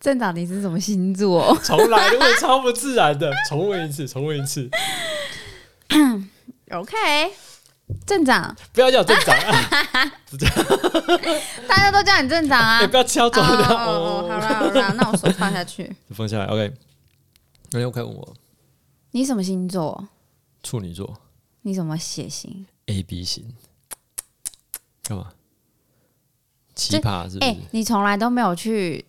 站长，你是什么星 座？重来，如果超不自然 的，重问一次，重问一次， OK，镇长，不要叫我正 常，大家都叫你镇长啊。也哎不要敲哦钟的哦哦，好哦，啦好 啦，那我手放下去。放下来，OK。那又开问我你什么星座？处女座你什么血型？ A B 型，干嘛？奇葩是不哎、是？你从来都没有去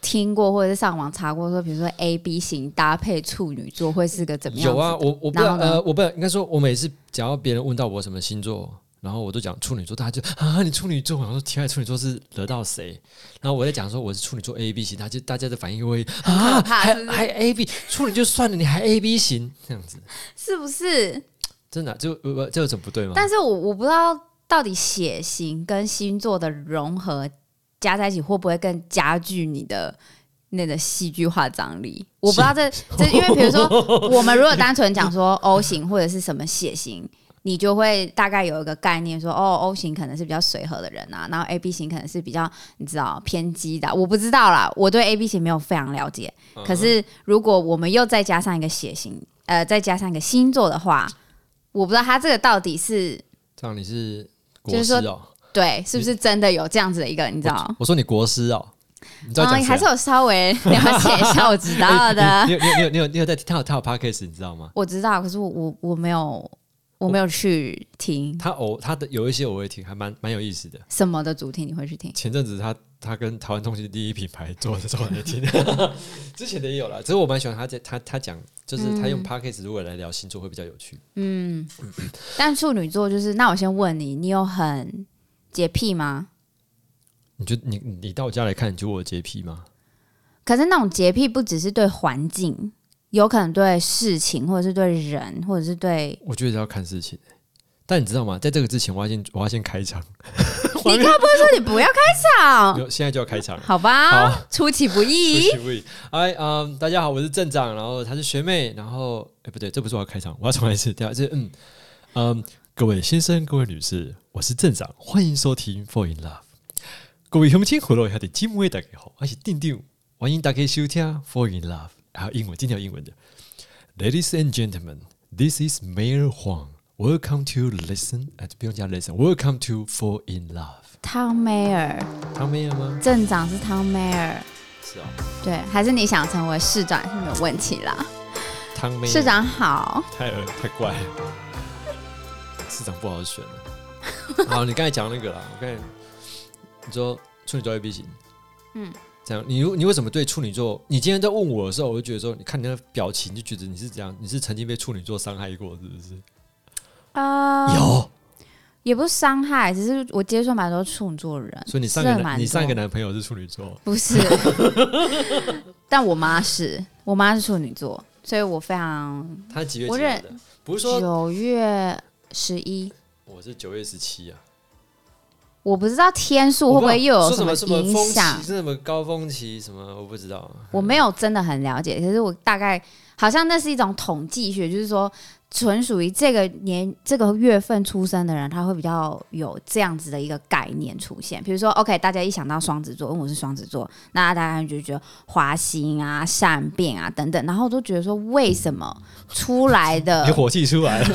听过或者是上网查过说，比如说 A B 型搭配处女座会是个怎么样？有啊，，我我不知然道后呢呃，我不知道应该说，我每次只要别人问到我什么星座，然后我都讲处女座，大家就 啊你处女座，我想说天啊，处女座是惹到谁？然后我在讲说我是处女座 A B 型，大家大家的反应会啊可怕还是不是还 A B 处女就算了，你还 A B 型这样子，是不是？真的啊、就呃这有什么不对吗？但是我我不知道到底血型跟星座的融合加在一起会不会更加剧你的。那个戏剧化张力，我不知道这这，因为比如说，我们如果单纯讲说 O 型或者是什么血型，你就会大概有一个概念说，哦，O 型可能是比较随和的人啊，然后 A B 型可能是比较你知道偏激的啊，我不知道啦，我对 A B 型没有非常了解。可是如果我们又再加上一个血型，呃，再加上一个星座的话，我不知道他这个到底是这样你是就国是师说哦、对，是不是真的有这样子的一个，你知道？我说你国师哦、你知嗯道我讲，谁还是啊？哎有稍 微了解一下，我知道的你，有你有你有你有你有在听他有他有 podcast 你知道吗？我知道。可是我我我没有，我没有去听他偶他的有一些我会听，还蛮蛮有意思的。什么的主题，你会去听？前阵子他他跟台湾通信第一品牌做的时候我在听， 之前的也有啦。只是我蛮喜欢他在他他讲，就是他用 podcast 如果来聊星座会比较有趣。嗯，但处女座就是，那我先问你，你有很洁癖吗？你就你你到我家来看，你觉得我有洁癖吗？可是那种洁癖不只是对环境，有可能对事情，或者是对人，或者是对……我觉得要看事情、但你知道吗？在这个之前，我要先我要先开场， 你该不会说你不要开场？有现在就要开场了。好吧，出其不意。出其不意。哎，嗯，大家好，我是镇长，然后她是学妹，然后哎、不对，这不是我要开场，我要重来一次。对啊，这嗯嗯，各位先生，各位女士，我是镇长，欢迎收听《Fall in Love》。各位乡亲回落一下的金妹大家好，我是定定，欢迎大家收听《Fall in Love》。还有英文，今天有英文的。Ladies and gentlemen, this is Mayor Huang. Welcome to listen，哎，不用加 listen。Welcome to Fall in Love。汤梅尔他没有吗？镇长是汤梅尔，是啊，对，还是你想成为市长是没有问题啦。汤妹。市长好，太恶太怪了，市长不好选了。 好，你刚才讲那个啦，我刚才你说处女座 A B 型，嗯，这样你你为什么对处女座？你今天在问我的时候，我就觉得说，你看你那个表情，就觉得你是这样，你是曾经被处女座伤害过，是不是？呃，有，也不是伤害，只是我接触蛮多处女座的人，所以你上一个真的蛮男多你上一个男朋友是处女座，不是， 但我妈是，我妈是处女座，所以我非常他几月我几认号的？不是说九月十一。我是九月十七啊，我不知道天数会不我会知又道有说什什么影风响期，，什么高峰期什么，我不知道啊。我没有真的很了解，可是我大概好像那是一种统计学，就是说纯属于这个年这个月份出生的人，他会比较有这样子的一个概念出现。比如说，OK，大家一想到双子座，因为我是双子座，那大家就觉得花心啊、善变啊等等，然后我都觉得说，为什么出来的你火气出来了。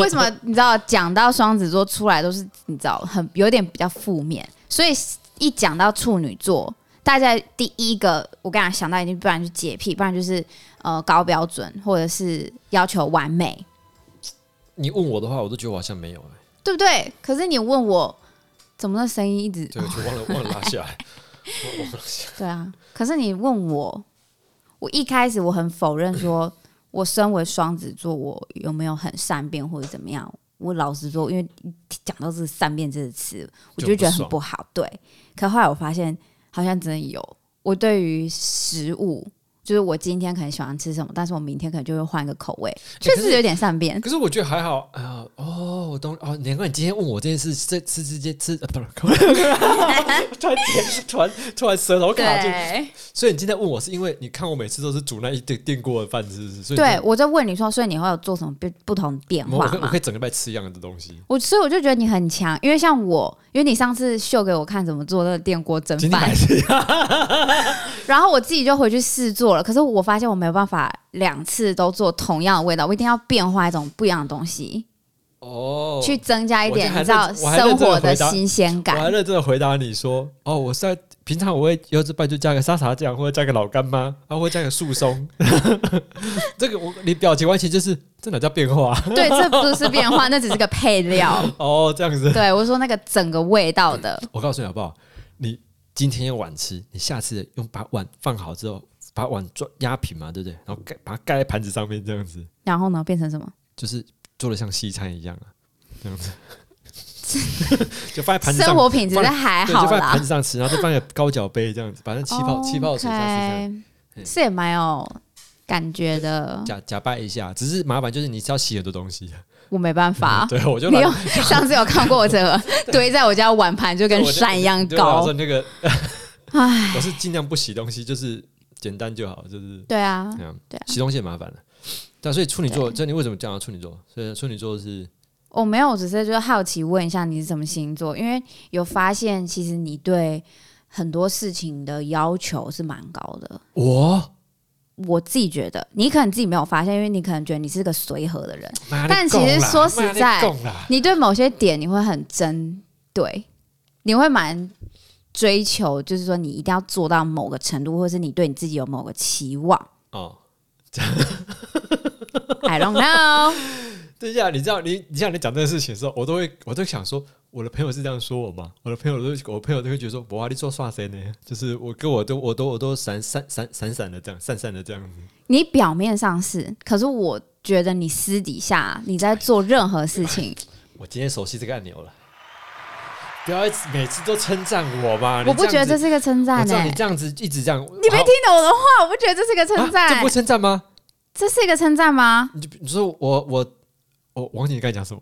为什么你知道讲到双子座出来都是你知道很有点比较负面，所以一讲到处女座，大家第一个我刚才想到一定，不然就洁癖，不然就是呃高标准或者是要求完美，你问我的话，我都觉得我好像没有哎、对不对？可是你问我怎么那声音一直对，就忘了忘了拉下来，忘忘了拉下来。对啊，可是你问我，我一开始我很否认说，我身为双子座，我有没有很善变或者怎么样？我老实说，因为讲到这个“善变”这个词，我就就觉得不很爽不好。对，可后来我发现，好像真的有。我对于食物，就是我今天可能喜欢吃什么，但是我明天可能就会换一个口味，可确是实有点善变。 可是我觉得还好啊、哦，我懂哦，难怪你今天问我这件事，这吃之间吃，呃 不是， 突然间突然突然舌头卡 住，对，所以你今天问我是因为你看我每次都是煮那一电电锅的饭，是不是？所以你对我在问你说，所以你会有做什么变不同变我化可以我吗可？以整个礼拜吃一样的东西。我所以我就觉得你很强，因为像我，因为你上次秀给我看怎么做那个电锅蒸今天饭还，是一样， 然后我自己就回去试做了。可是我发现我没有办法两次都做同样的味道，我一定要变化一种不一样的东西，哦，去增加一点我你还知道我还认生活的新鲜我还感。认真的回答你说，哦，我是在平常我会柚子拌就加个沙茶酱，或者加个老干妈，然后会加个树松。 这个我你表情完全就是这哪叫变化？ 对，这不是变化，那只是个配料。哦，这样子。对我说那个整个味道的，我告诉你好不好？你今天用碗吃，你下次用把碗放好之后，把碗抓压平嘛，对不对？然后盖把它盖在盘子上面，这样子然后呢变成什么？就是做的像西餐一样啊，这 样子。就放在盘子上生，活品质放还对，就好放在啦哦盘子。上吃，然后再放在高脚杯这样子，反正气泡气泡水下去这样嗯 OK，是也蛮有感觉的。假假掰一下，只是麻烦就是你是要洗很多东西。，我没办法嗯对，我就你懒啊有上次有看过我这 个堆在我家碗盘就跟我就山一样就老高说，那个，我是尽量不洗东西，就是简单就好，就是对啊这，样。对啊洗东西也麻烦了。但所以处女座，这你为什么讲到处女座？所以处女座是我没有，我只是就是好奇问一下你是什么星座，因为有发现其实你对很多事情的要求是蛮高的。我，我自己觉得，你可能自己没有发现，因为你可能觉得你是个随和的 人，妈但你供啦其实说实妈你在供啦你对某些点你会很针对，你会蛮追求，就是说你一定要做到某个程度，或是你对你自己有某个期望。哦， I don't know，等一下，你知道你你像你讲这个事情的时候，我都会我都想说，我的朋友是这样说我吗？我的朋友都我朋友都会觉得说，我啊，你做耍谁呢？就是我跟我都我都我都闪闪闪闪闪的这样，闪闪的这样子。你表面上是，可是我觉得你私底下你在做任何事情，我今天熟悉这个按钮了，不要一直每次都称赞我吧。我不觉得这是是个称赞我知呢、道你这样子一直这样，你好没听懂我的话，我不觉得这是个称啊赞、这不称赞吗？这是一个称赞吗？你就你说我我我忘记你刚才讲 什么。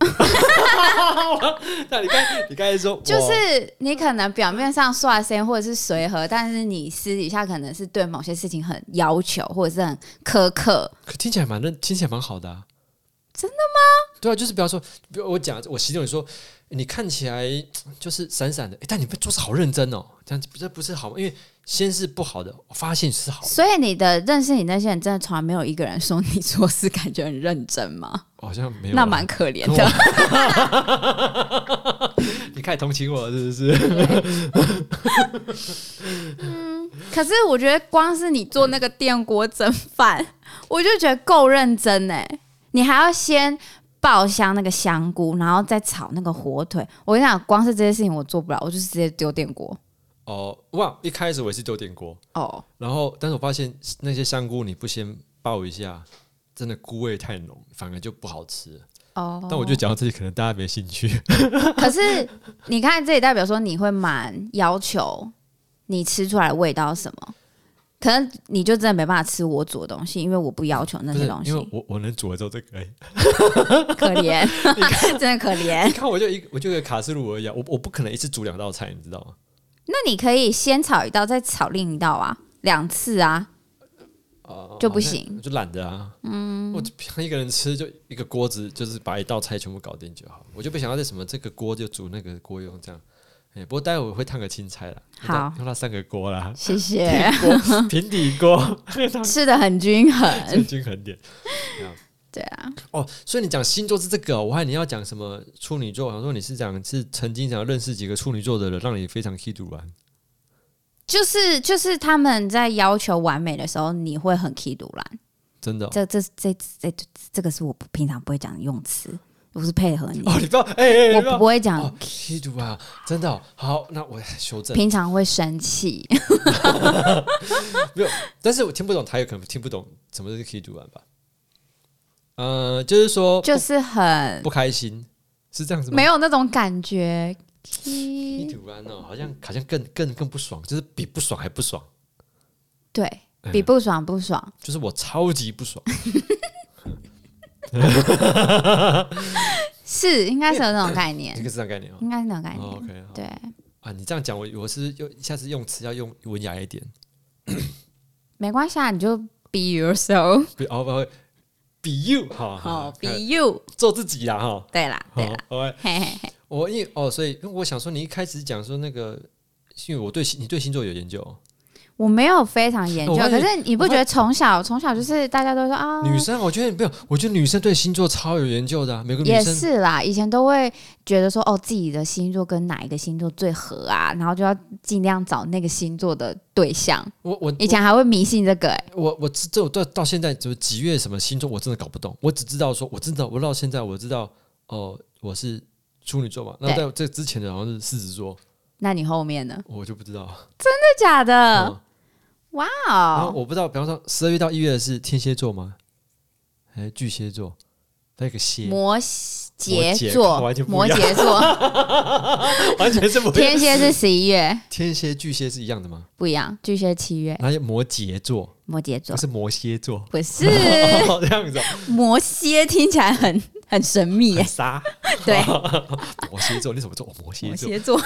那你刚你刚才说就是你可能表面上率先或者是随和，但是你私底下可能是对某些事情很要求，或者是很苛刻。可听起来蛮认，听起来蛮好的、啊。真的吗？对啊，就是比方说，比如我讲，我形容你说，你看起来就是闪闪的，诶但你做事好认真哦，这样子不是不是好吗？因为先是不好的，我发现是好的，所以你的认识你那些人，真的从来没有一个人说你做事感觉很认真吗？好像没有啊。那蛮可怜跟的。我你开始同情我了是不是？可是我觉得光是你做那个电锅蒸饭， 我就觉得够认真哎、你还要先爆香那个香菇，然后再炒那个火腿。我跟你讲，光是这些事情我做不了，我就直接丢电锅。哦，哇！一开始我也是丢电锅，哦，然后，但是我发现那些香菇你不先爆一下，真的菇味太浓，反而就不好吃了。哦，但我觉得讲到这里，可能大家没兴趣。可是你看，这也代表说你会蛮要求你吃出来的味道是什么。可能你就真的没办法吃我煮的东西，因为我不要求 那不些是东，西因，为我我能煮了之后这个而哎已。可 怜， 真的可怜你。看，我就一我就一个卡斯鲁而已、啊，我我不可能一次煮两道菜，你知道吗？那你可以先炒一道，再炒另一道啊，两次啊。哦就不那行我就懒得啊。嗯，我就平常一个人吃，就一个锅子，就是把一道菜全部搞定就好。我就不想要在什么这个锅就煮那个锅用这样。哎、不过待会我会烫个青菜啦，用到好，用到三个锅 啦谢谢，锅平底锅，吃的很均 衡。 最均衡点。对啊，哦，所以你讲星座是这个哦、我还以为你要讲什么处女座，我想说你是讲是曾经想要认识几个处女座的人，让你非常啊 key 读完。就是就是他们在要求完美的时候，你会很 key 独揽。真的哦、这这这这这这个是我不平常不会讲的用词，我是配合你，哦，你不要，哎、哎、哎我你不要不会讲哦，key 读啊，真的哦、好，那我修 正。平常会生 气，但是我听不懂台语，可能听不懂什么是 key 读完吧。呃，就是说就是很不开心是这样子吗？啊没有那种感 觉。 key 读完哦，好像好像更更更不爽，就是比不爽还不爽。对，比不爽不爽，就是我超级不爽。是应该是有这种概念 这，个是这样概念哦。应该是这种概念。哦 OK，好对，啊，你这样讲，我我是用下次用词要用文雅一点，没关系啊，你就 be yourself，不哦不会，be you，好好 be 看 you，做自己啦哈。对啦好对啊啦，，好，哎嘿嘿嘿，我因为哦，所以因为我想说，你一开始讲说那个，因为我对星你对星座有研究，哦我没有非常研究，我发可现是你不觉得从小从小就是大家都说啊，女生我觉得没有，我觉得女生对星座超有研究的啊、每个女也生是啦，以前都会觉得说，哦，自己的星座跟哪一个星座最合啊，然后就要尽量找那个星座的对象。我我以前还会迷信这个、欸，我我这这到到现在就是几月什么星座，我真的搞不懂。我只知道说，我知道我到现在我知道哦、我是处女座嘛。那对在这之前的好像是狮子座，那你后面呢？真我就不知道。的假的？嗯哇然后哦，我不知道，比方说十二月到一月是天蝎座吗？还是巨蟹座？那个蝎，摩羯座摩羯，摩完全不一羯样座， 完全是不一样天蝎是十一月，天蝎、巨蟹是一样的吗？不一样，巨蟹七月，然后摩羯座，摩羯座 呃不是摩蝎座，不是这 样子哦摩羯，听起来很很神秘、很欸，傻。对， 摩羯座，你怎么做？哦摩羯摩座，羯座，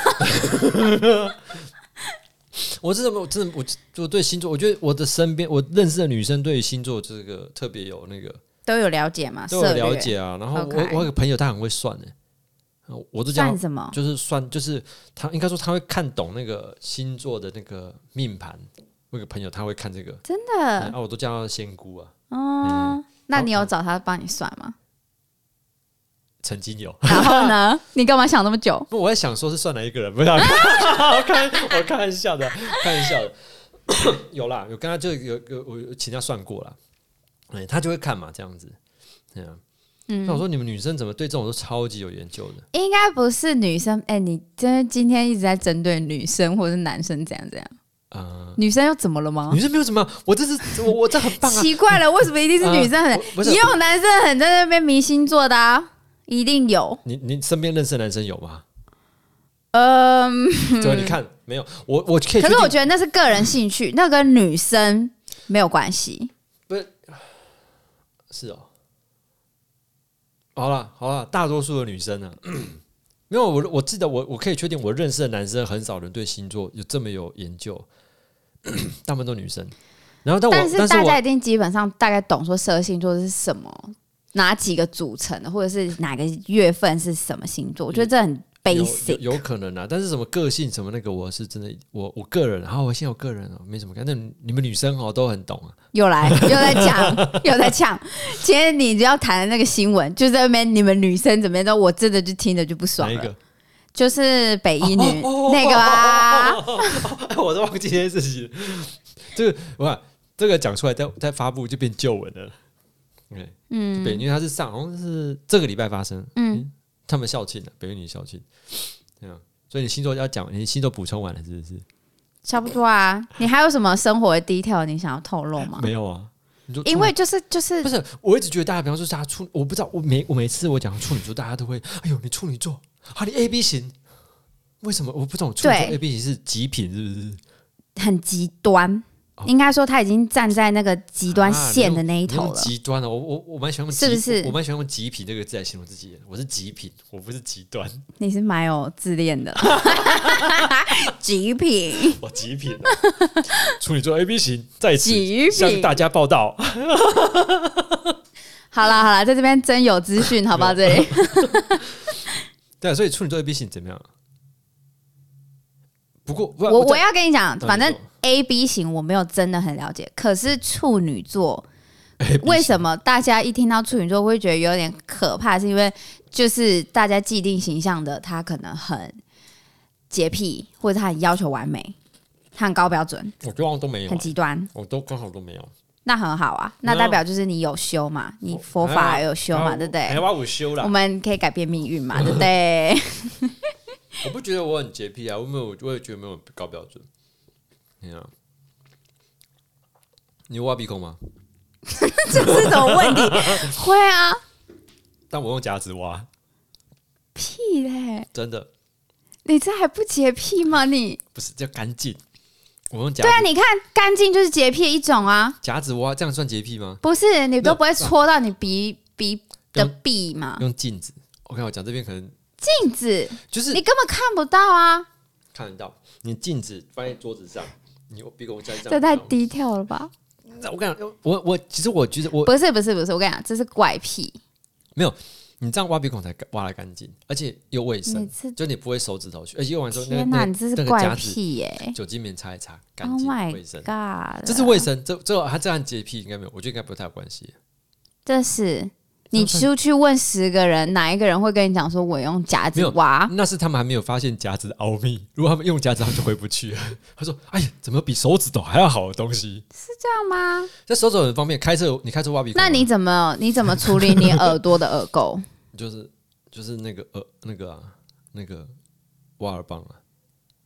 我真的没有，真的我我对星座，我觉得我的身边我认识的女生对于星座这个特别有那个都有了解嘛？都有了策略，解啊。然后我 OK 我有个朋友他很会算呢、呃我都讲算什么？就是算就是他应该说他会看懂那个星座的那个命盘。我有个朋友他会看这个，真哎的，啊，我都叫他仙姑啊，嗯，那你有找他帮你算吗？ 曾经有。然后 呢？你干嘛想那么久？不，我在想说是算哪一个人，不是、 啊，我开我开玩笑的，开玩笑的。 有啦，有跟他就有有我有请他算过啦，哎、他就会看嘛，这样子，对啊。嗯那我说你们女生怎么对这种都超级有研究的？应该不是女生，哎、你真的今天一直在针对女生或者是男生怎样怎样？呃，女生又怎么了吗女？生没有什么，我这是我我这很棒啊，奇怪了，为什么一定是女生很？呃不不是也有男生很在那边迷星座的啊，一定有。你你身边认识的男生有吗？嗯，对，你看没有？我我可可以确是我定，觉得那是个人兴趣，那跟女生没有关系。是哦。好了好了，大多数的女生呢、啊， 没有我我记得我我可以确定，我认识的男生很少人对星座有这么有研究， 大部分都女生。然后但我但但是是大我家一定基本上大概懂说十二星座是什么，哪几个组成的，或者是哪个月份是什么星座。我觉得这很嗯有 basic。有有可能啊，但是什么个性什么那个，我是真的，我我个人，然、后我现在我个人哦，没什么看。那你们女生哦都很懂啊，又 来又在抢，又在抢。今天你要谈的那个新闻，就在那边你们女生怎么样？我真的就听着就不哪爽一了个。？就是北一女、哦哦哦那个啊， 我都忘记这件事情了。这个我看这个讲出来再再发布就变旧闻了。对，嗯，北因为它是上好像是这个礼拜发生，嗯，他们校庆的北约女校庆，对啊，所以你星座要讲，你星座补充完了是不是？差不多啊。你还有什么生活的 detail 你想要透露吗？没有啊，你说因为就是就是不是，我一直觉得大家，比方说大家处，我不知道，我每我每次我讲处女座，大家都会，哎呦，你处女座，啊，你 A B 型，为什么我不懂？处女座对 A B 型是极品是不是？很极端，哦应该说他已经站在那个极端线的那一啊你用头了。极端的，我我我蛮喜欢用极，是不是我蛮喜欢用极品这个字来形容自己的。我是极品，我不是极端，你是蛮有自恋的，极品。我极品啊、 处女座 A B 型在此极品向大家报道。好啦好啦，在这边真有资讯，好不好？这里对啊，所以处女座 A B 型怎么样？不过不我我要跟你讲，那你反正说 A B 型我没有真的很了解，可是处女座 A B 为什么大家一听到处女座会觉得有点可怕？是因为就是大家既定形象的他可能很洁癖，或者他很要求完美，他很高标准，我觉得好像都没有很啊、极端。我都刚好都没有。那很好啊，那那代表就是你有修嘛，你佛法有修嘛，对不还对？把啊我修我了，们可以改变命运嘛， 对不对？我不觉得我很洁癖啊，我没有，我也觉得没有高标准。你啊，你有挖鼻孔吗？这是什么问 题？会啊，但我用夹子挖，屁嘞！真的。你这还不洁癖吗？你不是叫干净。我用夹对啊，子你看干净就是洁癖的一种啊，夹子挖，这样算洁癖吗？不是你那都不会戳到你鼻鼻的用壁嘛？用镜子，我看我讲这边可能镜子就是你根本看不到啊，看得到，你镜子放在桌子上，你鼻孔在这样，这太低调了吧？那我跟你讲，我我其实我觉得我不是不是不是，我跟你讲，这是怪癖。没有，你这样挖鼻孔才挖的干净，而且又卫生你，是就你不会手指头去，而且用完之后那天哪，那你这是那个怪夹子癖耶、酒精棉擦一擦，干 Oh 净 my 卫生， god！这是卫生，这这他这样洁癖应该没有，我觉得应该不太有关系。这是你出去问十个人，哪一个人会跟你讲说我用夹没子有挖？那是他们还没有发现夹子的奥秘，如果他们用夹子，他们就回不去了。 他说：“哎呀，怎么比手指头还要好的东西？这样吗？这手指头很方便，开车你开车挖鼻孔啊吗，那你怎么你怎么处理你耳朵的耳 垢？就是就是那个呃那个啊那个挖耳棒啊，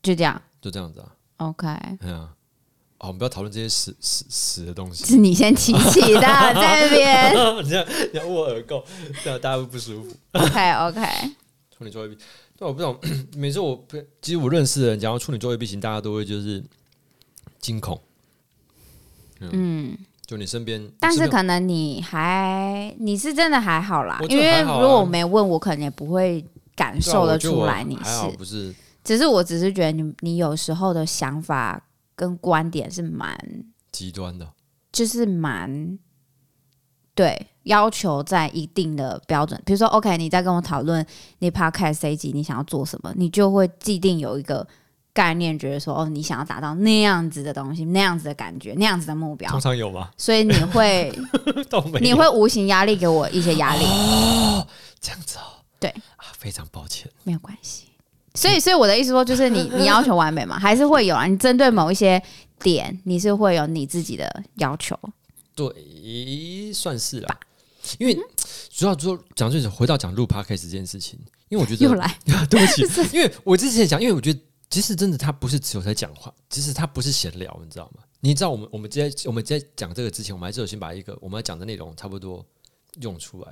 就这样就这样子啊。” ，OK。哎呀，哦，我们不要讨论这些死死死的东西。是你先提起的， 在那边。 你要你要握耳垢，这样大家会不舒服。 OK OK，处女座 A B，但我啊不懂， 每次我被其实我认识的人讲到处女座 A B 型，大家都会就是惊恐。嗯，就你身边，但是身边可能你还你是真的还好啦，我觉因得为还好如啊果我没问，我可能也不会感对啊受我得觉得出我来你还好是。不是？只是我只是觉得你你有时候的想法跟观点是蛮极端的，就是蛮对要求在一定的标准，比如说 OK，你在跟我讨论你 podcast 这一集你想要做什么，你就会既定有一个概念，觉得说哦，你想要达到那样子的东西，那样子的感觉，那样子的目标通，常有吗？ 所以你会倒没有你会无形压力给我一些压力，这样子哦？对啊，非常抱歉。没有关系。所以，所以我的意思说，就是你你要求完美嘛，还是会有啊？你针对某一些点，你是会有你自己的要求。对，算是啦。因为主要说讲就是回到讲录 podcast 这件事情，因为我觉得又来， 对不 起，因为我之前讲，因为我觉得其实真的他不是只有在讲话，其实他不是闲聊，你知道吗？你知道我们我们在我们在讲这个之前，我们还是有先把一个我们要讲的内容差不多用出来。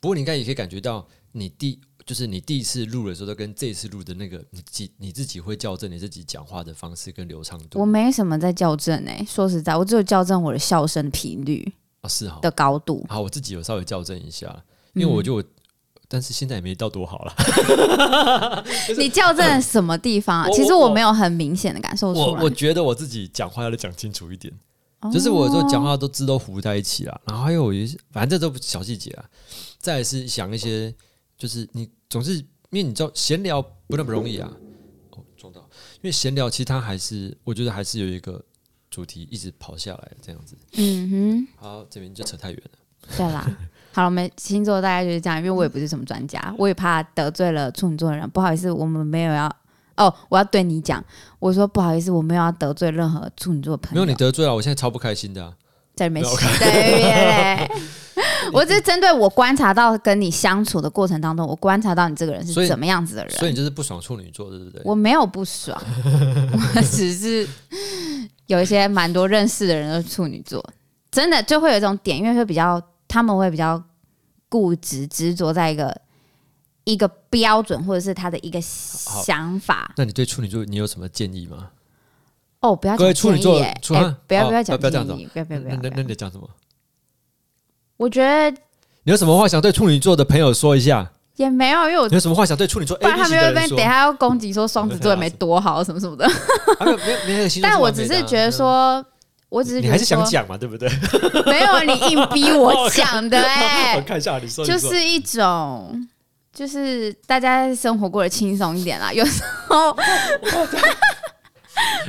不过你应该也可以感觉到，你第就是你第一次录的时候，跟这一次录的那个你自你自己会校正你自己讲话的方式跟流畅我度没什么在校正哎、说实在，我只有校正我的笑声频率啊，是哈。的高度。好，我自己有稍微校正一下，因嗯为我就我，但是现在也没到多好了。你校正什么地方啊？我其实我我没有很明显的感受我出来我。觉得我自己讲话要讲清楚一点。哦就是我说讲话都字都糊在一起啦，然后还有一些，反正这都不小细节啊。再来是想一些，就是你总是因为你知道闲聊不那么容易啊。哦，撞到，因为闲聊其实它还是我觉得还是有一个主题一直跑下来这样子。嗯好，这边就扯太远了。哼，对 啦。好了，我们星座大概就是这样，因为我也不是什么专家，我也怕得罪了处女座的人。不好意思，我们没有要哦，我要对你讲，我说不好意思，我没有要得罪任何处女座朋没有友。你得罪了，我现在超不开心的、啊。在里面没有洗在里面我只是针对我观察到跟你相处的过程当中，我观察到你这个人所是以怎么样子的人。所以你就是不爽处女座，对不对？啊我没有不 爽，我只是有一些蛮多认识的人都是处女座，真的就会有一种点，因为会比较他们会比较固执执着在一个一个标准或者是他的一个想法。那你对处女座你有什么建议吗？哦，不要各讲位处女建座议、欸，处哎啊不要哦不要讲不要这建样议，不要不要不那要那不那要。你讲什么？我觉得你有什么话想对处女座的朋友说一下？也没有，因为我你有什么话想对处女座不 A 然 B 他型们的又人被说等？一下要攻击说双子座也没多好什么什么 的。啊，没有没有没有，但我只是觉得，说，我只是啊你觉还得是想说，讲嘛，对不对？没有你硬逼 我讲的哎、我看一下你说，就你说是一种，就是大家生活过得轻松一点啦。有时 候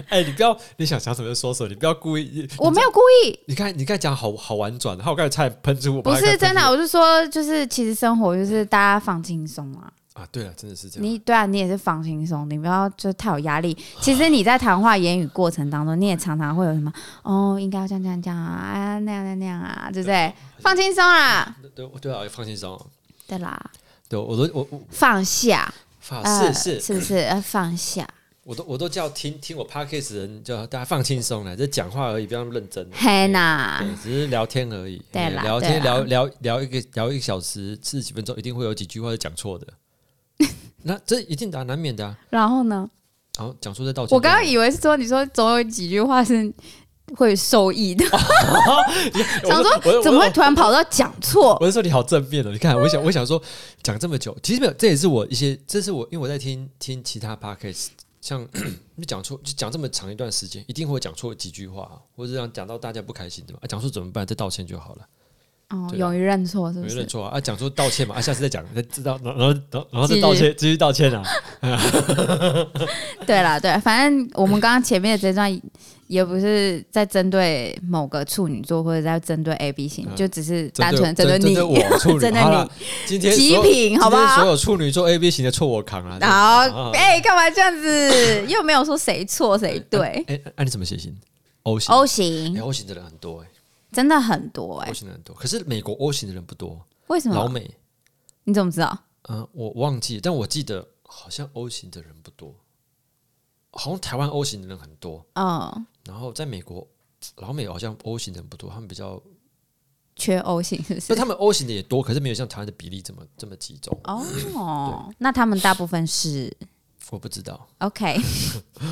哎，你不要你想想什么就说什么，你不要故意。我没有故意，你看你刚才讲好好婉转，还有刚才差点喷出，我不把它是看真的，啊喷我是说，就是其实生活就是大家放轻松啊。出啊！对了，真的是这样。你对啊，你也是放轻松，你不要就太有压力。其实你在谈话言语过程当中，你也常常会有什么哦，应该要这样这样这样啊，啊那样那样那样啊，对不对？放轻松啦，对对啊，放轻松。对啦，对我都我我放下，啊呃是是，是不是？呃放下，我都我都叫听听我 p a d k a s 人，叫大家放轻松来，这讲话而已，不要那么认真。嘿呐，对，只是聊天而已。啊对啦聊天对啦聊聊聊一个聊一个小时四十几 分钟，一定会有几句话是讲错的。那这一定的啊，难免的啊。然后呢？然后讲述这道歉。我 刚刚以为是说，你说总有几句话是会受益的，哎我想我我说怎么会突然跑到讲错？我是说你好正面的，你看，我想我想说讲这么久，其实没有，这也是我一些，这是我因为我在听听其他 podcast，像 你讲错就讲这么长一段时间，一定会讲错几句话，啊或者让讲到大家不开心的嘛，啊，讲错怎么办？再道歉就好了，哦，对啊勇于认错是没不认是？错啊，啊，讲错道歉嘛，啊，下次再讲，再知道，然后然后然后再道歉，继续道歉啊，对啦，对啦，反正我们刚刚前面的这段也不是在针对某个处女座，或者在针对 A B 型嗯，就只是针单纯对针对针对你， 我处女，针对好了你，今天极所有品，好不今天所好？有处女座 A B 型的错我扛了，好啊，哎，干嘛这样子？又没有说谁错谁对。 哎，那你怎么写信？O 型 O 哎型，O 型的人很多哎真的很多哎，O、型的人很多，可是美国 O 型的人不多。为什老么？美，你怎么知道？嗯、我忘记，但我记得好像 O 型的人不多，好像台湾 O 型的人很多，嗯，然后在美国，老美好像 O 型的人不多，他们比较，缺 O 型是不是？但他们 O 型的也多，可是没有像台湾的比例这么这么集中， 哦，那他们大部分是我不知道， OK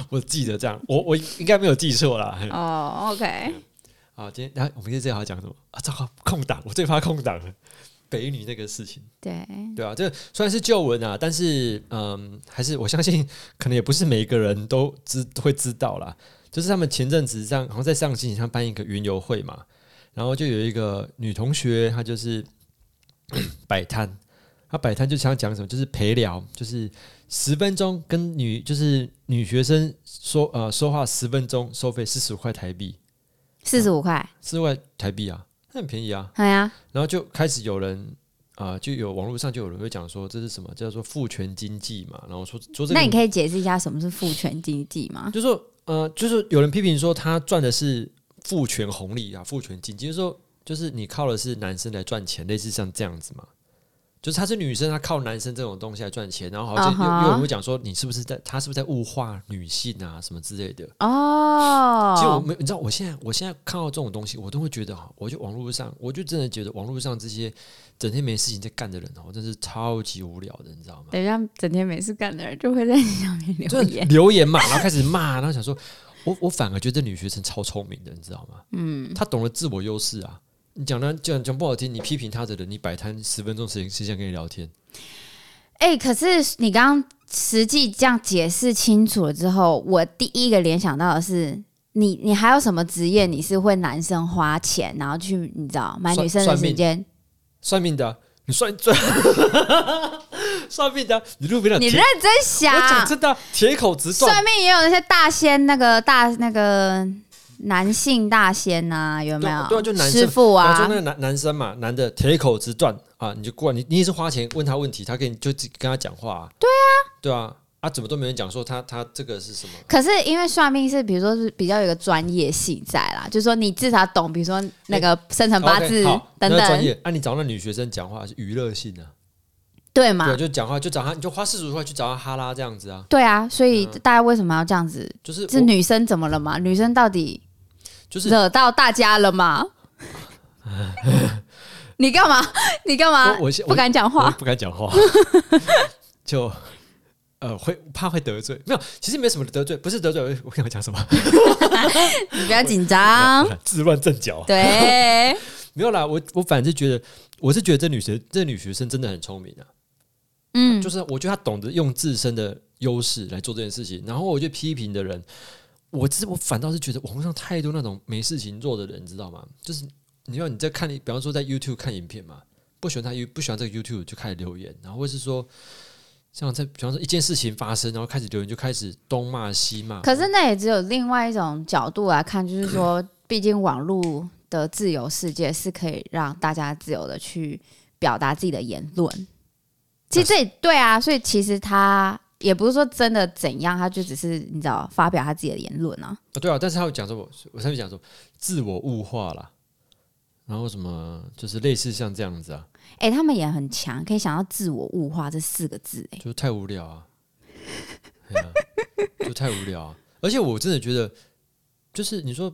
我记得这样，我我应该没有记错啦。嘿哦，OK，好，啊今天然后我们今天要讲什么啊？糟糕，空档，我最怕空档了。北一女那个事情，对，对啊，这虽然是旧闻啊，但是嗯，还是我相信，可能也不是每一个人都知会知道啦。就是他们前阵子上，好像在上星期上办一个云游会嘛，然后就有一个女同学，她就是 摆摊，她摆摊就想讲什么，就是陪聊，就是十分钟跟女就是女学生说呃说话十分钟，收费四十五块台币，四十五块，四块台币啊，那很便宜啊。对呀，然后就开始有人啊、呃就有网络上就有人会讲说这是什么叫做父权经济嘛，然后说说这个，那你可以解释一下什么是父权经济吗？就说呃，就是有人批评说他赚的是父权红利啊，父权经济，就是说就是你靠的是男生来赚钱，类似像这样子嘛。就是她是女生，她靠男生这种东西来赚钱，然后好像啊又、哈有人会讲说你是不是在她是不是在物化女性啊什么之类的。其实我哦，没，你知道，我现在我现在看到这种东西，我都会觉得哈，我就网络上，我就真的觉得网络上这些整天没事情在干的人哦，真是超级无聊的，你知道吗？等一下，整天没事干的人就会在上面留 就是言。留言嘛，然后开始骂，然后想说，我我反而觉得女学生超聪明的，你知道吗？嗯，她懂得自我优势啊。你讲的讲讲不好听，你批评她的人，你摆摊十分钟时间时间跟你聊天，哎、可是你刚刚实际这样解释清楚了之后，我第一个联想到的是，你你还有什么职业你是会男生花钱，然后去你知道买算女生的算命时间？算命的啊、你算 算算命的啊、你路边的你铁认真想我，讲真的啊，铁口直断，算命也有那些大仙，那个大那个男性大仙呐、有没有？对啊对啊就男生师傅然后就啊那，个男男生嘛，男的铁口直断啊，你就过来，你你也是花钱问他问题，他跟你就只跟他讲话、啊。对啊，对啊，啊，怎么都没人讲说他他这个是什么？可是因为算命是，比如说是比较有一个专业性在啦，就是说你至少懂，比如说那个生辰八哎哦 OK，字好等那专等，业。啊，你找那女学生讲话是娱乐性啊，对对啊，嘛？就讲话就找他，你就花四十块去找他哈拉这样子啊，对啊，所以大家为什么要这样子？就是是我女生怎么了嘛？女生到底就是惹到大家了 吗？你干嘛？你干嘛我我先？我啊不敢讲我话？不敢讲 话，就呃会怕会得罪，没有，其实没什么得罪，不是得罪，我我想讲什么？你不要紧张。 自乱阵脚。啊对，没有啦，我我反正觉得，我是觉得这女学这女学生真的很聪明啊，嗯就，是我觉得她懂得用自身的优势来做这件事情。然后我就批评的人，我其实我反倒是觉得网络上太多那种没事情做的人，你知道吗？就是你要你在看，比方说在 YouTube 看影片嘛，不喜欢他 You 不喜欢这个 YouTube 就开始留言，然后或是说像在比方说一件事情发生，然后开始留言就开始东骂西骂。可是那也只有另外一种角度来看，就是说， 毕竟网络的自由世界是可以让大家自由的去表达自己的言论。其实这也对啊，所以其实他也不是说真的怎样，他就只是你知道发表他自己的言论啊。啊，对啊，但是他会讲什么？我上面讲说自我物化啦，然后什么就是类似像这样子啊，哎、他们也很强，可以想到“自我物化”这四个字、哎，就太无聊啊， 哎呀、就太无聊啊！而且我真的觉得，就是你说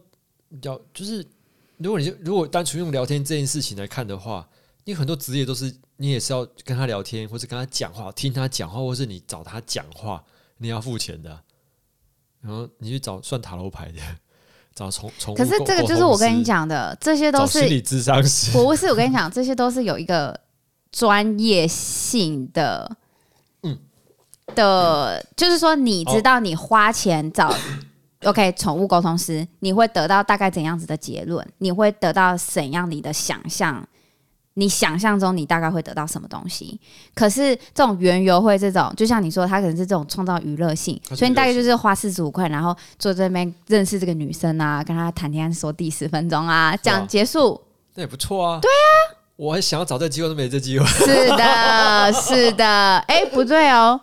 聊，就是如果你就如果单纯用聊天这件事情来看的话，你很多职业都是你也是要跟他聊天，或是跟他讲话，听他讲话，或是你找他讲话，你要付钱的啊、然后你去找算塔罗牌的，找宠宠物可沟。是这个就是我跟你讲的，这些沟都通师，找是心理智商师。我不是我跟你讲，这些都是有一个专业性的，嗯哦的，就是说你知道你花钱找、OK 宠物沟通师，你会得到大概怎样子的结论？你会得到怎样你的想象？你想象中你大概会得到什么东西？可是这种园游会这种，就像你说，它可能是这种创造娱乐性，它是所以你大概娱乐就性是花四十五块，然后坐这边认识这个女生啊，跟她谈天说地十分钟啊，这样哇结束。 那也不错啊。对啊，我还想要找这机会都没这机会。 是的，是的，哎、不对哦，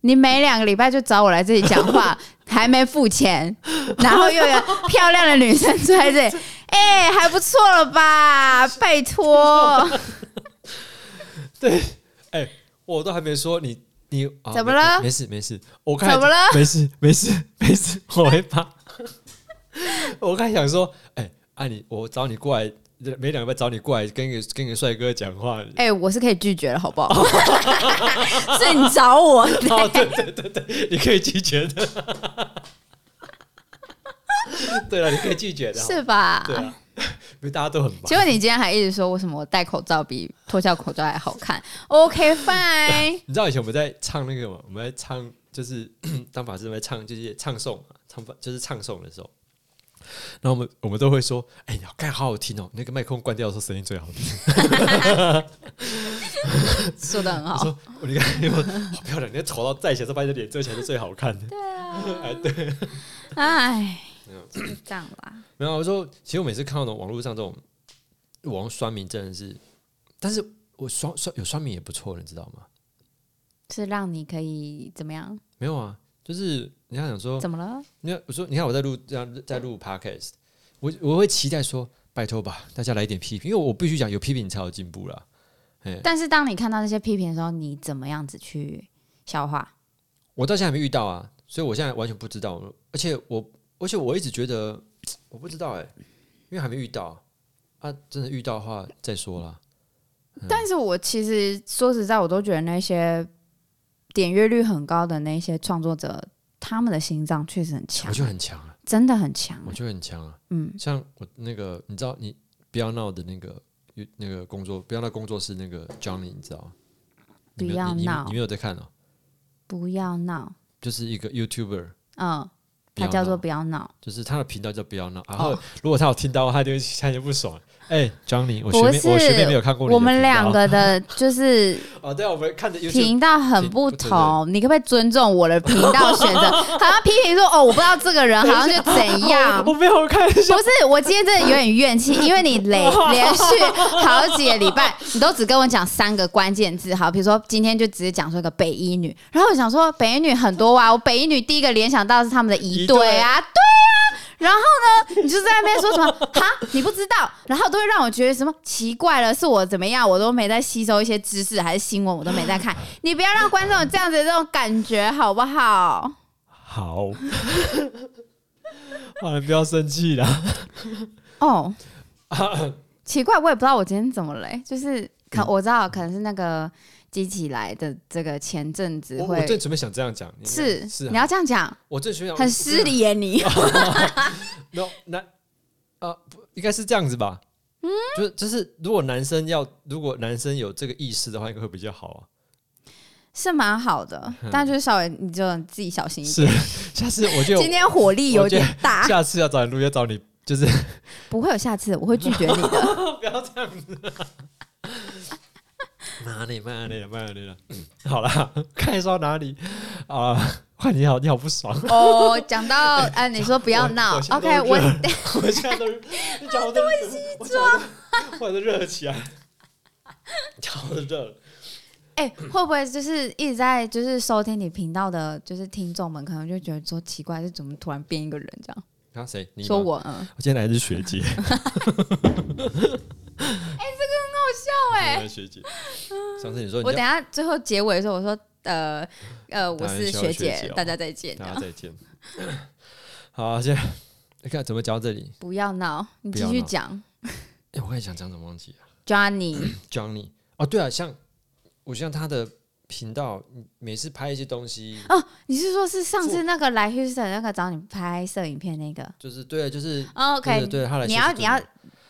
你每两个礼拜就找我来这里讲 话，还没付钱，然后又有漂亮的女生坐在这 里，哎、还不错了吧？拜 托，我都还没说你你、啊、怎么了没没事没事，我看怎么了？ 没事没事没事，我会怕。 我刚才想说，哎、啊你我找你过来，每两个月找你过来跟一个跟一个帅哥讲 话。哎、我是可以拒绝了，好不 好？是你找我的，哦，对对对对，你可以拒绝的。 对啊了，你可以拒绝的，是吧？对啊， 因为大家都很忙结。果你今天还一直说为什么我戴口罩比脱下口罩还好看？OK fine，你知道以前我们在唱那个吗？我们在唱就是 当法师们在唱就是唱诵嘛，唱法就是唱诵的时候，然后我们我们都会说，哎、呀，盖好好听哦，那个麦克风关掉的时候声音最好听。说的很我好。说我你看，你说 好漂亮，你的头到站起来之后，把你的脸遮起来是最好看的。 哎，嗯就是这样啦。没有，我说其实我每次看到那种网络上这种网络酸民真的是，但是我酸酸有酸民也不错，你知道吗？是让你可以怎么样？没有啊，就是你要想说，怎么了？你看，我说，你看我在录这样在录 podcast，我我会期待说，拜托吧，大家来一点批评，因为我必须讲，有批评才有进步啦。但是当你看到那些批评的时候，你怎么样子去消化？我到现在还没遇到啊，所以我现在完全不知道，而且我而且我一直觉得我不知道哎、因为还没遇到啊，真的遇到的话再说啦。嗯但是我其实说实在，我都觉得那些点阅率很高的那些创作者，他们的心脏确实很我强，就很强啊，真的很强。我就很强啊，嗯，像我那个你知道你不要闹的那个那个工作不要闹工作室那个 Johnny，你知道吗？你没有不要你你闹你没有在看哦、不要闹，就是一个 YouTuber。嗯，不它要闹叫做不要闹，就是他的频道叫不要哦闹，然后如果他有听到，他就会他就不爽。哎、j o h n n y 我学不妹是我学妹没有看过你的我们频道两个的 就是哦，对啊，我们看的 YouTube 频道很频不对对对同，你可不可以尊重我的频道选 择？好像批评说哦，我不知道这个人好像就怎样，我没有看一下不是，我今天真的有点怨气，因为你累连续好几个礼拜，你都只跟我讲三个关键字，好，比如说今天就直接讲说一个北一女，然后我想说北一女很多啊，我北一女第一个联想到的是他们的一一 对对啊，对啊，然后呢，你就在那边说什么哈，你不知道，然后都会让我觉得什么奇怪了，是我怎么样，我都没在吸收一些知识还是新闻，我都没在看，你不要让观众有这样子的这种感觉好不 好？ 好，好了，不要生气啦。 哦，奇怪，我也不知道我今天怎么嘞，就是嗯可我知道可能是那个激起来的这个前阵子我会我正准备想这样讲，你应该是是你啊，要这样讲，我正准备想很失，礼耶 你。没有男啊，不应该是这样子吧？嗯，就是就是，如果男生要如果男生有这个意识的话，应该会比较好啊。是蛮好的，嗯但就是稍微你就自己小心一点。是，下次我就嗯今天啊火力有点大，下次要找你录，要找你就是不会有下次，我会拒绝你的。 不要这样子。哪里慢点，慢点了。嗯，好啦， 看说到哪里啊？换你好，你好不爽。哦，讲到呃，你说不要闹我，OK，我 我现在都热，你讲我都西装，我都热起来，讲我都热了。哎、会不会就是一直在就是收听你频道的，就是听众们可能就觉得说奇怪，这怎么突然变一个人这样？啊，谁？你吗说，我哎嗯，我今天来的是 学姐，好笑哎、来学姐。上次你说我你等要一下最后结尾的时候，我说呃呃，我大家是小学学姐，姐哦大家再见。大这样家再见。好啊，现在你看怎么讲到这里？不要闹，你不继要续闹讲哎，我刚才想讲怎么忘记了。 ，Johnny。 Johnny 哦，对啊，像我像他的频道，你每次拍一些东西，哦，你是说是上次那个来 Houston 那个找你拍摄影片那个就是对，就是哦对？OK，对对，他来你协要助你要我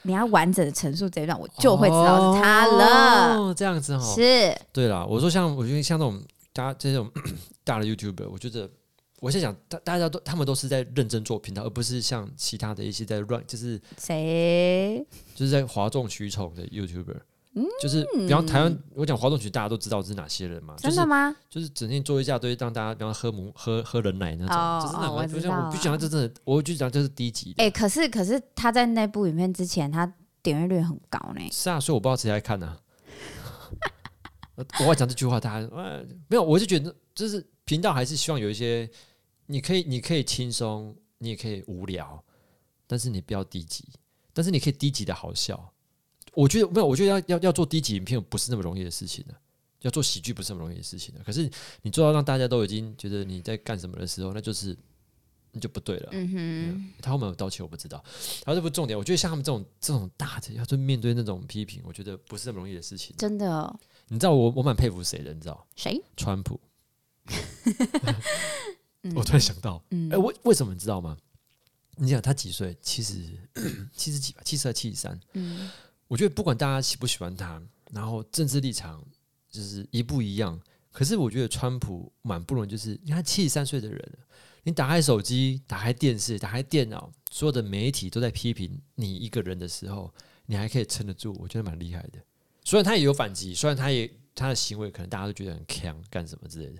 你要完整的陈述这一段，我就会知道是他了。哦，这样子哦，是，对啦，我说像我觉得像这种大家这种 大的 YouTuber，我觉得我在想，大大家都他们都是在认真做频道，而不是像其他的一些在乱，就是谁？就是在哗众取宠的 YouTuber。就是嗯比方台湾，我讲哗众取宠，大家都知道是哪些人嘛，就真是的吗？就是整天做一大堆让大家，比方喝母喝喝人奶那哦种，就是那哦我种，就知道像啊我不讲，这真的，我就讲这是低级的。哎、可是可是他在那部影片之前，他点阅率很高呢。是啊， 所以我不知道谁来看呢、啊。我要讲这句话，大家呃没有，我是觉得就是频道还是希望有一些，你可以你可以轻松，你也可以无聊，但是你不要低级，但是你可以低级的好笑。我觉得没有，我觉得要要要做低级影片不是那么容易的事情的、要做喜剧不是那么容易的事情的、可是你做到让大家都已经觉得你在干什么的时候，那就是那就不对了。嗯哼，他后面有道歉，我不知道。然后这不是重点，我觉得像他们这种这种大的，要去面对那种批评，我觉得不是那么容易的事情。真的哦，你知道我我蛮佩服谁的，你知道谁？川普。我突然想到，哎、嗯为为什么你知道吗？你想他几岁？七十 七十几吧，七十二、七十三。嗯，我觉得不管大家喜不喜欢他，然后政治立场就是一不一样。可是我觉得川普蛮不容易，就是你看七十三岁的人了，你打开手机、打开电视、打开电脑，所有的媒体都在批评你一个人的时候，你还可以撑得住，我觉得蛮厉害的。虽然他也有反击，虽然他也他的行为可能大家都觉得很强，干什么之类的，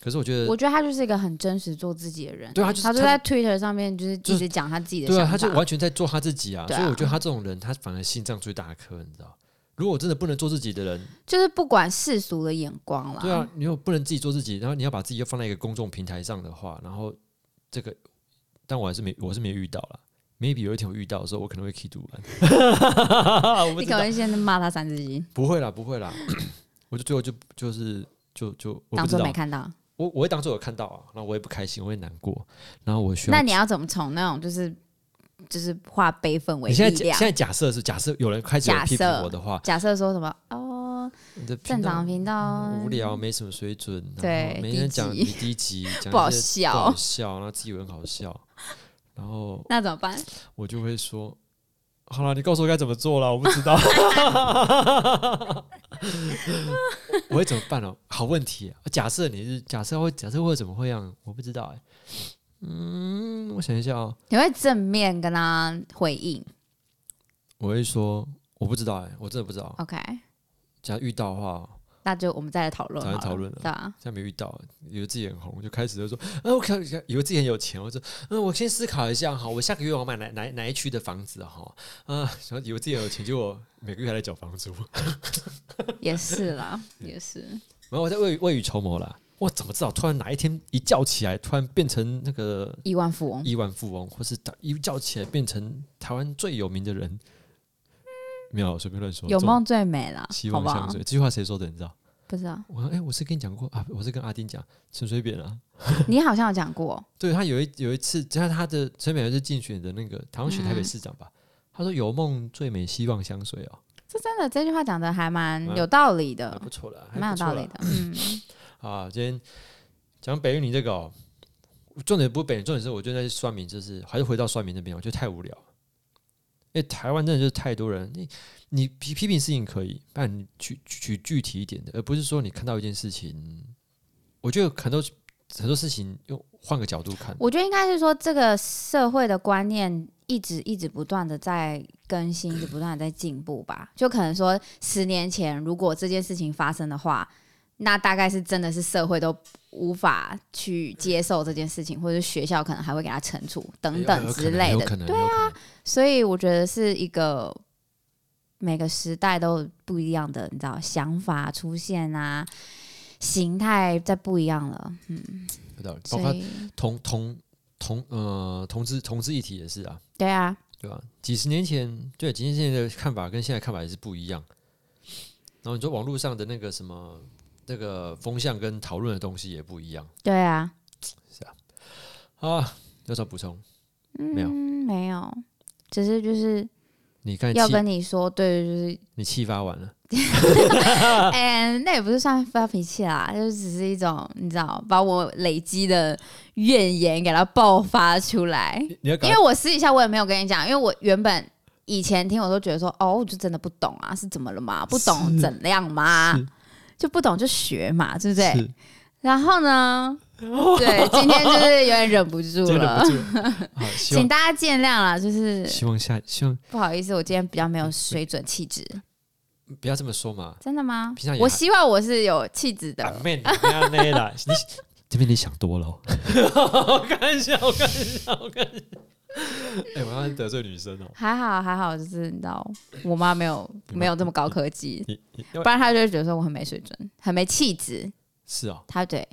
可是我觉得我觉得他就是一个很真实做自己的人。对啊他就是他就在 Twitter 上面就是就一直是讲他自己的对想法。啊，他就完全在做他自己啊，对啊所以我觉得他这种人，他反而心脏最大颗，你知道？如果真的不能做自己的人，就是不管世俗的眼光啦。对啊，你又不能自己做自己，然后你要把自己又放在一个公众平台上的话，然后这个，但我还是没，我是没遇到啦。Maybe 有一天我遇到的时候，我可能会 key 读完。我不你知可道，能现在骂他三字经， 不会啦，不 会啦。我就最后就就是就就我当不知做道没，看到。我我会当做有看到啊，然后我也不开心，我也难过，然后我需要那。你要怎么从那种就是就是化悲愤为力你现在假量现？在假设是假设有人开始有假人批评设我的话，假设说什么哦，你的频正道常频道无聊，没什么水准，然后嗯对没人低讲级你低级， 讲不好一些笑不好笑，然后自己以为很好笑，然后那怎么办？我就会说：“好了，你告诉我该怎么做了，我不知道。 我”我会怎么办哦？好问题、啊。假设你是假设会假设会怎么会样？我不知道哎、嗯，我想一下哦，你会正面跟他回应我会说我不知道哎、我真的不知道。 ，OK？假如遇到的话，那就我们再来讨论好再了，来讨论了对啊，现在没遇到，以为自己很红，就开始就说，嗯、我看以为自己很有钱，我说，嗯，我先思考一下哈，我下个月我要买哪哪哪一区的房子哈，嗯、然后以为自己很有钱，结果每个月还在缴房租， 也是啦，也是。然后我在未雨未雨绸缪啦，我怎么知道突然哪一天一觉起来，突然变成那个亿万富翁，亿万富翁，或是打一觉起来变成台湾最有名的人？没有，随便乱说，有这种梦最美啦，希好望不好相？随，这句话谁说的？你知道？不知道，我哎、我是跟你讲过啊，我是跟阿丁讲，陈水扁啊。你好像有讲过，对他有一有一次，他他的陈美是竞选的那个，好像选台北市长嗯吧。他说“有梦最美，希望相随”哦，这真的这句话讲的还蛮蛮有道理还的不，错啦，还呃蛮有不错道啦理的。嗯，啊。今天讲北玉你这个、哦，重点不是北云，重点是我觉得那些算命就是还是回到算命那边，我觉得太无聊了。因为台湾真的就是太多人，你你批批评事情可以，但你举举举具体一点的，而不是说你看到一件事情，我觉得很多很多事情用换个角度看。我觉得应该是说这个社会的观念一直一直不断的在更新，一直不断的在进步吧。就可能说十年前如果这件事情发生的话，那大概是真的是社会都无法去接受这件事情，或者是学校可能还会给他惩处等等之类有的可。能，有可能有可能所以我觉得是一个每个时代都有不一样的，你知道想法出现啊，形态在不一样了，有道理。包所括以同同同呃同志同志议题也是啊，对啊，对吧、几十年前，对几十年前的看法跟现在看法也是不一样。然后你说网络上的那个什么那个风向跟讨论的东西也不一样对啊，啊。有什么补充？没有嗯，没有，只是就是你刚才要气跟你说，对，就是，你气发完了，啊哎、那也不是算发脾气啦，就是只是一种，你知道，把我累积的怨言给它爆发出来。你你要搞因为我私底下我也没有跟你讲，因为我原本以前听我都觉得说，哦，我就真的不懂啊，是怎么了嘛？不懂是怎样嘛是？就不懂就学嘛，对不对？是然后 呢，对，今天就是有点忍不住真的了不，住了。 好，希请望大家见谅啦，就是希望下希望不好意思，我今天比较没有水准气质，不要这么 说嘛。真的吗平常？也我还希望我是有气质的阿。妹，你不要那 啦，你这边你想多了哦。 我看一下，我看一下，我看一下。哎，我要得罪女生哦。还好还好，就是你知道，我妈没有没有这么高科技，你你因不为然她就会觉得说我很没水准，很没气质。是哦，她对，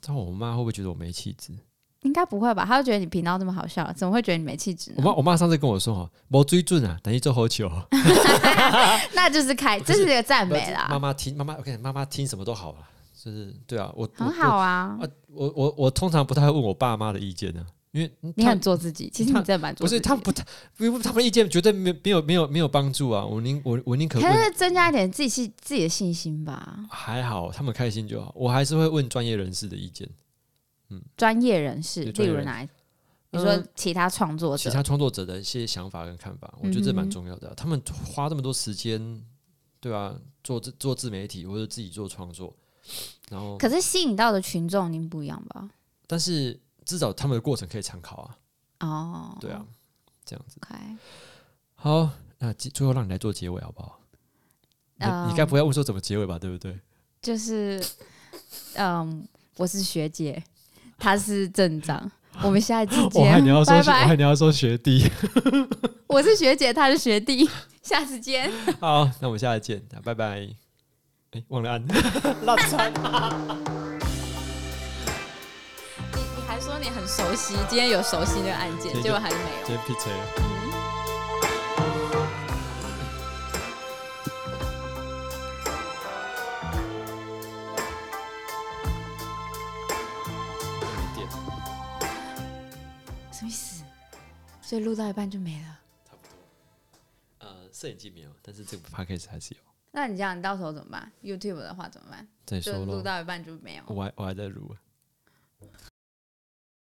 但我妈会不会觉得我没气质？应该不会吧？她就觉得你频道这么好笑，怎么会觉得你没气质我呢？妈我妈上次跟我说哦，没追准啊，等于做好球。那就是开，这是一个赞美妈啦，妈听妈妈，我跟你讲妈妈听什么都好啦，就是对啊，我很好啊我。啊，我我我通常不太会问我爸妈的意见呢、因为嗯你他很做自己，其实你他真的蛮做不自己是的。他们不太，因为他们的意见绝对没有没有没有没有帮助啊。我宁我我宁可可问，是增加一点自己信自己的信心吧。还好他们开心就好。我还是会问专业人士的意见，专业人士，对例专业如人呃哪一？你说其他创作其者，他创作者的一些想法跟看法，我觉得这嗯蛮哼重要的啊、他们花这么多时间，对啊，做自做自媒体或者自己做创作，然后可是吸引到的群众您不一样吧？但是至少他们的过程可以参考啊，哦，对啊，这样子。 ，OK，好，那结最后让你来做结尾好不好？你嗯你该不会要问说怎么结尾吧，对不对？就是，嗯，我是学姐，他是镇长，我们下一次 我还你要见，说拜学，我还拜。你要说学弟。我是学姐，他是学弟，下次 见。 好，那我们下次见，拜拜。哎、忘 了按，烂惨。你你还说你很熟悉，今天有熟悉那个案件对，结果还是没有。今天 P 车。有一点什么意思？所以录到一半就没了？差不多。呃，摄影机没有，但是这个 p a c k a g e 还是有。那你这样，你到时候怎么办？YouTube 的话怎么办？再就说录咯，到一半就没有。我还我还在录啊。